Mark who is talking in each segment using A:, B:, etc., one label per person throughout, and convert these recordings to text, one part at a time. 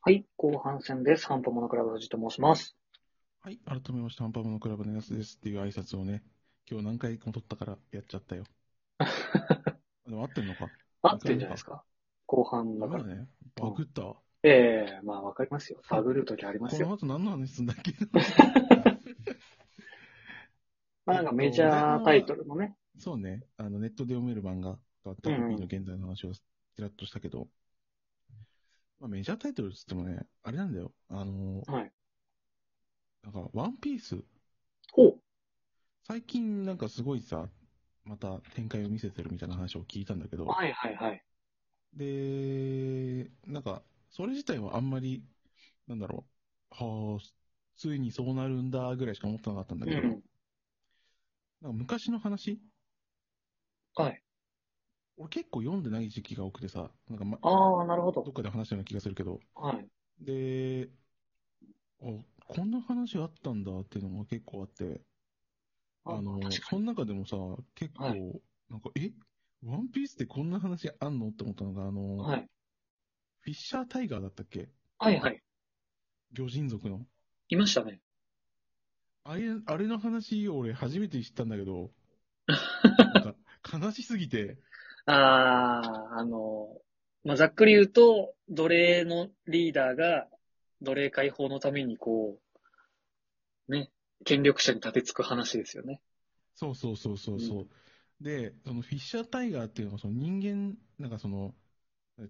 A: はい、後半戦です。ハンパモノクラブ藤と申します。
B: はい、改めまして、ハンパモノクラブのやすですっていう挨拶をね、今日何回も取ったからやっち ゃったよ。でも合ってんのか
A: 合ってんじゃないですか。後半だ
B: だ
A: か。
B: からね、バグったわ。
A: ええまあわかりますよ。バグるときありま
B: こ
A: すよ。
B: の後何の話すんだっ け
A: まあなんかメジャータイトルのね。
B: そうね、あの、ネットで読める漫画と WB の現在の話をちらっとしたけど、まあ、メジャータイトルっつってもね、あれなんだよ。あの、
A: はい。
B: なんか、ワンピース、
A: ほう。
B: 最近なんかすごいさ、また展開を見せてるみたいな話を聞いたんだけど、
A: はいはいはい。
B: で、なんか、それ自体はあんまり、なんだろう、はあ、ついにそうなるんだぐらいしか思ってなかったんだ
A: う
B: けど、
A: ん。
B: なんか昔の話
A: はい。
B: 俺結構読んでない時期が多くてさ、なんか、ま、
A: ああ、なるほど
B: ど。っかで話したような気がするけど、
A: はい。
B: で、おこんな話あったんだっていうのが結構あって、あの、
A: 確か
B: その中でもさ、結構、
A: は
B: なんか、えワンピースってこんな話あんのって思ったのが、あの、
A: に。はい。
B: フィッシャータイガーだったっけ
A: はいはい。
B: 魚人族の。
A: いましたね。
B: あれ、あれの話を俺初めて知ったんだけど、なんか悲しすぎて、
A: ああ、あの、まあざっくり言うと、奴隷のリーダーが奴隷解放のためにこう、ね、権力者に立てつく話ですよね。
B: そうそうそうそうそう、で、そのフィッシャータイガーっていうのはその人間、なんかその、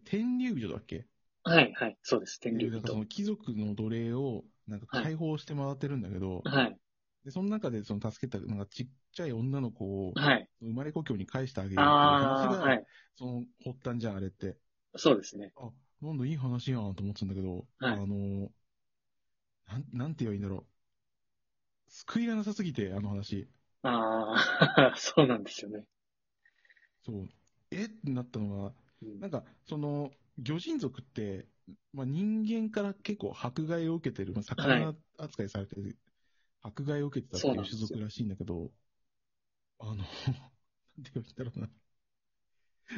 B: 天竜人だっけ
A: はいはい。そうです。天竜
B: なんかそ
A: 人。
B: の貴族の奴隷をなんか解放して回ってるんだけど、
A: はい。
B: でその中でその助けた、なんかちっちゃい女の子を
A: はい。
B: 生まれ故郷に返してあげるっていう
A: あ
B: 話
A: あ、
B: が、
A: はい。
B: その発端じゃん、あれって。
A: そうですね。
B: あ、なんだいい話やんと思ってたんだけど、
A: はい
B: あの、なん、なんて言えばいいんだろう。救いがなさすぎて、あの話。
A: ああ、 そうなんですよね。
B: そう。えってなったのが、
A: うん
B: なんか、その、魚人族って、まあ、人間から結構迫害を受けてる、まあ、魚扱いされてる、迫害を受けてたって
A: そう
B: い
A: なん
B: う
A: です
B: 種
A: よ
B: 族らしいんだけど、あの、なんて言うんだろうな。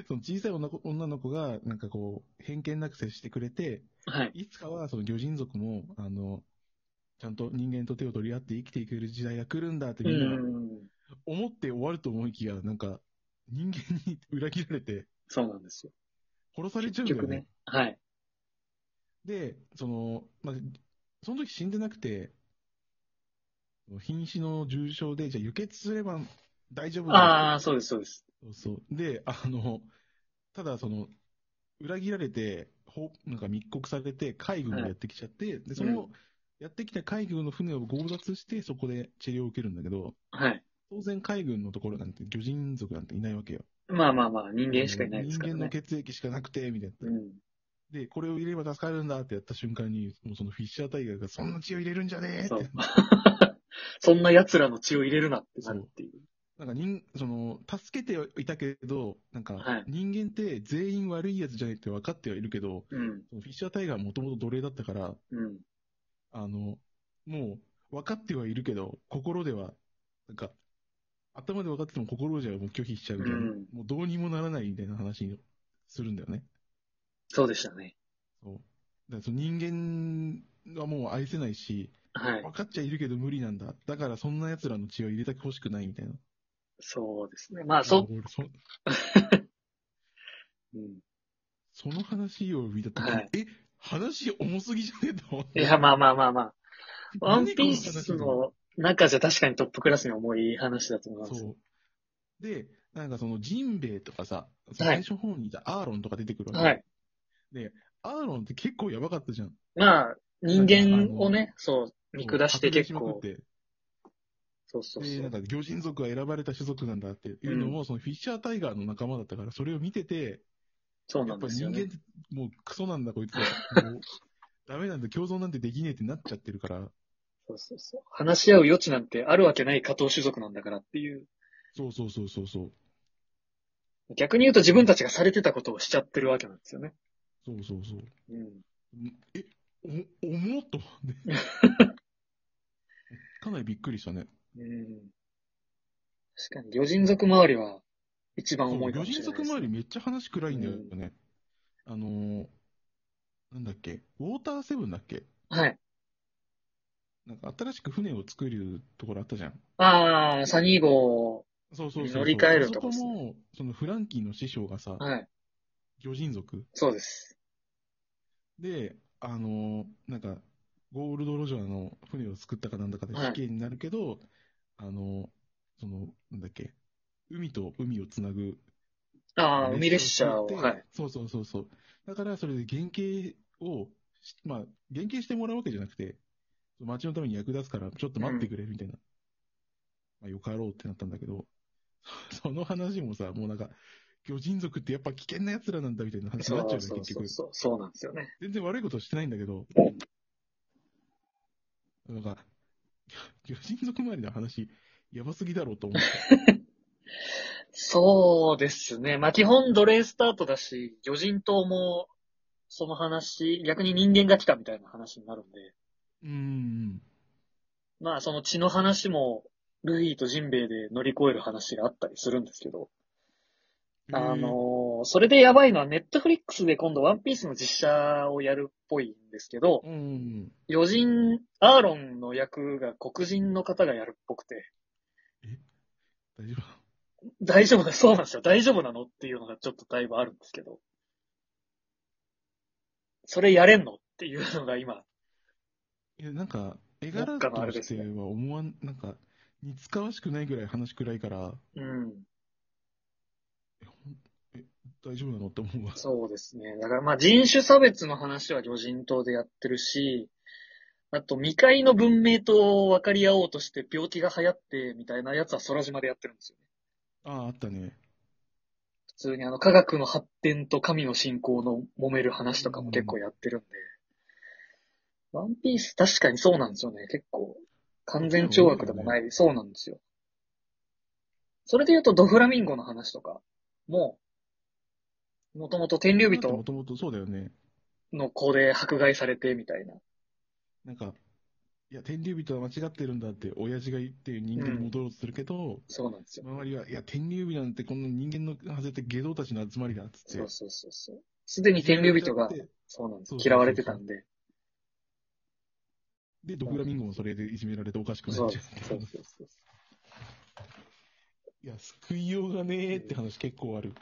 B: その小さい女の子女の子が、なんかこう、偏見なく接してくれて、
A: はい。
B: いつかはその魚人族も、あの、ちゃんと人間と手を取り合って生きていける時代が来るんだって
A: う。
B: みんなん思って終わると思いきや、なんか人間に裏切られて
A: そうなんですよ。
B: 殺されちゃ
A: 結
B: うんだ
A: 局
B: よね。
A: ね。はい。
B: で、その、まあ、その時死んでなくて、瀕死の重症で、じゃあ輸血すれば大丈夫
A: あ
B: だ
A: あ、そうです、そうです。
B: そうそう。で、あの、ただその、裏切られて、ほなんか密告されて、海軍がやってきちゃって、で、その、
A: う
B: やってきた海軍の船を強奪して、そこで治療を受けるんだけど、
A: はい。
B: 当然海軍のところなんて、魚人族なんていないわけよ。
A: まあまあまあ、人間しかいないですから
B: 人間
A: ね。
B: の血液しかなくて、みたいな。
A: うん。
B: で、これを入れれば助かるんだってやった瞬間に、もうそのフィッシャータイガーが、そんな血を入れるんじゃねえって
A: そう。そんな奴らの血を入れるなってなるっていう。
B: なんか人、その、助けてはいたけど、なん
A: はい
B: か、人間って全員悪いやつじゃないって分かってはいるけど、
A: うん。
B: そのフィッシャータイガーはもともと奴隷だったから、
A: うん。
B: あの、もう、分かってはいるけど、心では、なんか、頭で分かってても心じゃもう拒否しちゃうみたいな、
A: うん
B: もうどうにもならないみたいな話をするんだよね。
A: そうでしたね。
B: そう。だからその人間はもう愛せないし、
A: はい。
B: 分かっちゃいるけど無理なんだ。だからそんな奴らの血を入れてほしくないみたいな。
A: そうですね。まあ、そ、
B: 俺そ
A: うん。
B: その話を見たとき、
A: はい
B: え、話重すぎじゃねえと思っ
A: い
B: て。
A: や、まあまあまあまあ。ワン
B: 何こ
A: ピ
B: の
A: ー
B: 話
A: スの中じゃ確かにトップクラスに重い話だと思います。
B: そう。で、なんかそのジンベエとかさ、その
A: はい
B: 最初の方にいたアーロンとか出てくるわけ。
A: はい。
B: アーロンって結構やばかったじゃん。
A: まあ、人間をね、そう、見下して結
B: 迫
A: 構、
B: 害しまくって
A: そうそう
B: で、
A: そ
B: なん
A: う。
B: か魚人族が選ばれた種族なんだっていうのも、そのフィッシャータイガーの仲間だったから、それを見てて、
A: そう
B: や
A: な
B: っ
A: ん
B: ぱ
A: ですよ
B: 人間っ
A: ね。
B: てもうクソなんだこいつは。 もうダメなんだ、共存なんてできねえってなっちゃってるから。
A: そうそうそう。話し合う余地なんてあるわけない加藤種族なんだからっていう。
B: そうそうそうそうそう。
A: 逆に言うと自分たちがされてたことをしちゃってるわけなんですよね。
B: そうそうそう。
A: うん。
B: え、お、おもっと思って。 かなりびっくりしたね。
A: うん。確かに、魚人族周りは一番重いかも
B: 魚
A: しれない
B: 人族
A: です。
B: 周りめっちゃ話暗いんだよね。あのーなんだっけ、ウォーターセブンだっけ
A: はい。
B: なんか新しく船を作るところあったじゃん。
A: ああ、サニー号。
B: そうそうそうそう。
A: 乗り換えるとこ
B: あ
A: っす
B: そこ
A: ね
B: も、そのフランキーの師匠がさ、
A: はい。
B: 魚人族
A: そうです。
B: で、あのーなんか、ゴールド・ロジャーの船を作ったかなんだかで
A: はい
B: 死刑になるけど、あのーその、なんだっけ、海と海をつなぐ
A: ああ、海列車を。
B: 作って
A: はい。
B: そうそうそうそう。だから、それで原型を、しまあ、原型してもらうわけじゃなくて、町のために役立つから、ちょっと待ってくれ、みたいな。まあ、よかろうってなったんだけど、 その話もさ、もうなんか、魚人族ってやっぱ危険な奴らなんだみたいな話に
A: そ
B: なっちゃ
A: う
B: うじゃ
A: そ
B: ん、
A: う
B: 結
A: そ
B: 局
A: う。そう。そうなんですよね。
B: 全然悪いことしてないんだけど、なんか、魚人族周りの話、やばすぎだろうと思って。
A: そうですね。まあ、基本奴隷スタートだし、魚人島も、その話、逆に人間が来たみたいな話になるんで、
B: うーん。
A: まあ、その血の話も、ルフィとジンベエで乗り越える話があったりするんですけど、あのーそれでやばいのは、ネットフリックスで今度ワンピースの実写をやるっぽいんですけど、
B: えー、うん。
A: 余人、アーロンの役が黒人の方がやるっぽくて、
B: 大丈夫。
A: 大丈夫だ、そうなんですよ。大丈夫なのっていうのがちょっとだいぶあるんですけど。それやれんのっていうのが今。
B: いや、なんか、絵柄
A: 目下のあれ
B: と
A: で
B: し
A: す
B: て
A: ね
B: は思わん、なんか、似つかわしくないぐらい話くらいから、
A: うん。
B: え、ほんえ大丈夫なのって思うわ。
A: そうですね。だからまあ人種差別の話は魚人島でやってるし、あと未開の文明と分かり合おうとして病気が流行ってみたいなやつは空島でやってるんですよね。
B: ああ、あったね。
A: 普通にあの科学の発展と神の信仰の揉める話とかも結構やってるんで。ワンピース確かにそうなんですよね。結構。完全懲悪でもない。そうなんですよ。それで言うとドフラミンゴの話とかも、もともと天竜
B: も
A: 人
B: ともとそうだよね。
A: の子で迫害されてみたいな。
B: なんか、いや、天竜人は間違ってるんだって、親父が言って人間に戻ろうとするけど、
A: そうなんですよ。
B: 周りは、いや、天竜人なんてこんな人間の外れて下道たちの集まりだ、つって。
A: そうそうそうそう。すでに天竜人が、そうなんです
B: そうそうそう。そう
A: 嫌われてたんで。
B: で、ドクラミンゴもそれでいじめられておかしくな
A: そ
B: っ
A: う
B: ち
A: そ
B: ゃ
A: うそう
B: う。
A: そうそう。
B: いや、救いようがねえって話結構ある。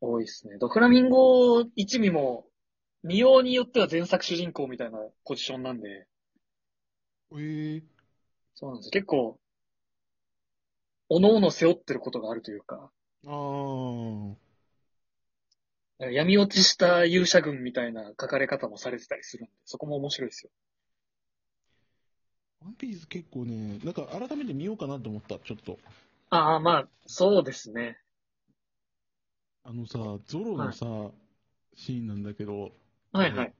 A: 多いですね。ドフラミンゴ一味も、見ようによっては前作主人公みたいなポジションなんで、
B: ええ
A: そうなんですよ。結構、おのおの背負ってることがあるというか、
B: ああ。
A: 闇落ちした勇者軍みたいな書かれ方もされてたりするんで、そこも面白いですよ。
B: ワンピース結構ね、なんか改めて見ようかなと思った、ちょっと。
A: ああ、まあ、そうですね。
B: あのさ、ゾロのさ、シーンなんだけど、
A: はいはい。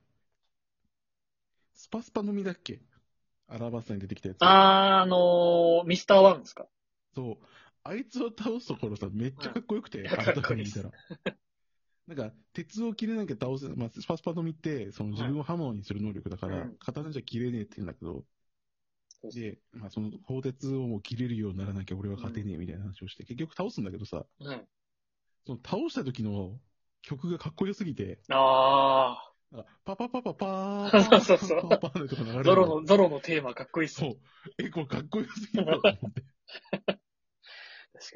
B: スパスパの実だっけアラバスタに出てきたやつ。
A: あー、あのーミスターワンですか
B: そう。あいつを倒すところさ、めっちゃかっこよくて、
A: いや
B: 改
A: かっこ
B: め
A: い
B: て
A: いっす
B: 見たら。 なんか、鉄を切れなきゃ倒せ、まあ、スパスパの実って、その自分を刃物にする能力だから、
A: はいうん
B: 刀じゃ切れねえって言うんだけど、
A: そうそう
B: で、まあ、その鋼鉄をもう切れるようにならなきゃ俺は勝てねえみたいな話をして、結局倒すんだけどさ、
A: はい。
B: その倒した時の曲がかっこよすぎて、
A: あ
B: なんかパパパパパー
A: そうそうそう
B: パパパーのとこ流れ
A: ー、
B: る
A: ゾロの、ゾロのテーマかっこいいっす
B: そ
A: ね。
B: う。え、これかっこよすぎるなと思って。
A: 確か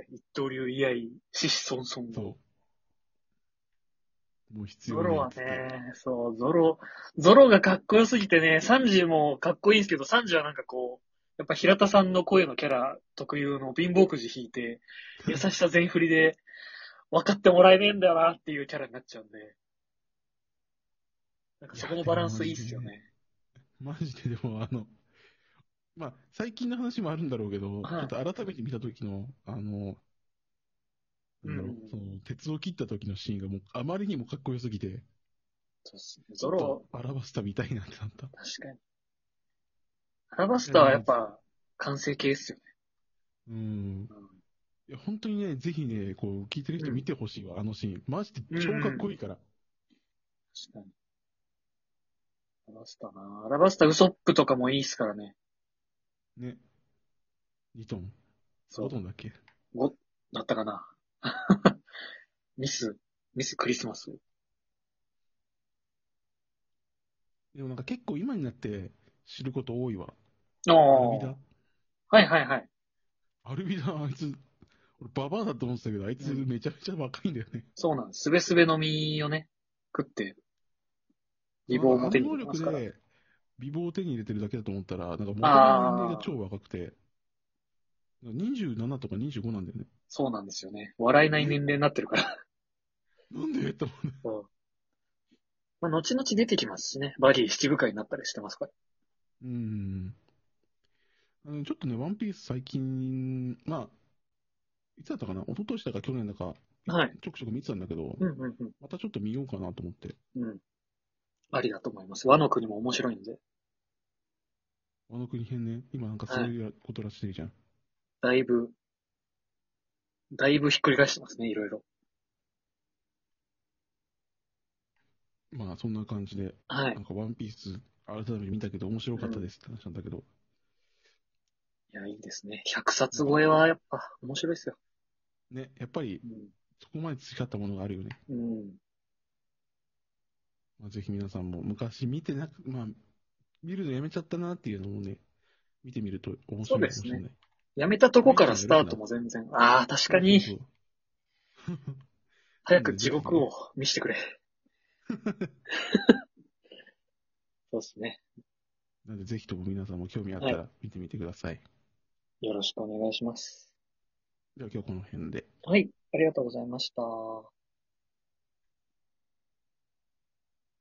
A: に、一刀流居合、獅子孫孫の。
B: そう。もう必
A: ゾ
B: 要
A: ロは
B: っつって。
A: ね、そう、ゾロ、ゾロがかっこよすぎてね、サンジもかっこいいんですけど、サンジはなんかこう、やっぱ平田さんの声のキャラ特有の貧乏くじ引いて、優しさ全振りで、分かってもらえねえんだよなっていうキャラになっちゃうんで。なんかそこのバランスいいっすよね。
B: マジででもあの、まあ、最近の話もあるんだろうけ
A: は
B: ど、
A: い
B: ちょっと改めて見た時の、あの、なんだろう、
A: うん
B: その、鉄を切った時のシーンがもう、あまりにもかっこよすぎて、
A: そうっすねゾロ、
B: アラバスタみたいなってなった。
A: 確かに。アラバスタはやっぱ、完成形っすよね。
B: うん。
A: うん
B: いや、本当にね、ぜひね、こう、聞いてる人見てほしいわ、あのシーン。マジで超かっこいいから。
A: 確かに。アラバスタなアラバスタ、ウソップとかもいいっすからね。
B: ね。2トン
A: そう
B: ?5 トンだっけ
A: 5だったかな。 ミス、ミスクリスマス。
B: でもなんか結構今になって知ること多いわ。
A: ああ
B: アルビダ。
A: はいはいはい。
B: アルビダ、あいつ、俺ババアだと思ってたけど、あいつ
A: うん
B: めちゃめちゃ若いんだよね。
A: そうなんです。すべすべの実をね、食って、美貌も手に入れますか
B: あの
A: ら
B: 能。力で美貌を手に入れてるだけだと思ったら、なんか元の年齢が超若くて、27とか25なんだよね。
A: そうなんですよね。笑えない年齢になってるから。
B: なんでと思う
A: まあ、後々出てきますしね。バリー七部会になったりしてますから。
B: うん。あのちょっとね、ワンピース最近、まあ、いつだったかな一昨年だか去年だか、
A: はい
B: ちょくちょく見てたんだけど、
A: うんうんうん。
B: またちょっと見ようかなと思って。
A: うん。ありだと思います。和の国も面白いんで、
B: あの国編ね、今なんかそういうことらしいじゃん。
A: だいぶ、だいぶひっくり返してますね、いろいろ。
B: まあ、そんな感じで、
A: は。
B: ないんかワンピース改めて見たけど面白かったですって話なんだけど、
A: いや、いいですね。100冊超えはやっぱ面白いですよ。
B: ね、やっぱりそこまで培ったものがあるよね。
A: うん。うん。
B: まあ、ぜひ皆さんも昔見てなく、まあ、見るのやめちゃったなっていうのもね、見てみると面白いかもしれない。
A: そうやめたとこからスタートも全然。ああ、確か
B: そ
A: に。
B: う
A: 早く地獄を見せてくれ。そうですね。
B: なんでぜひとも皆さんも興味あったら見てみてください。
A: よろしくお願いします。
B: じゃあ今日この辺で。
A: はい。ありがとうございました。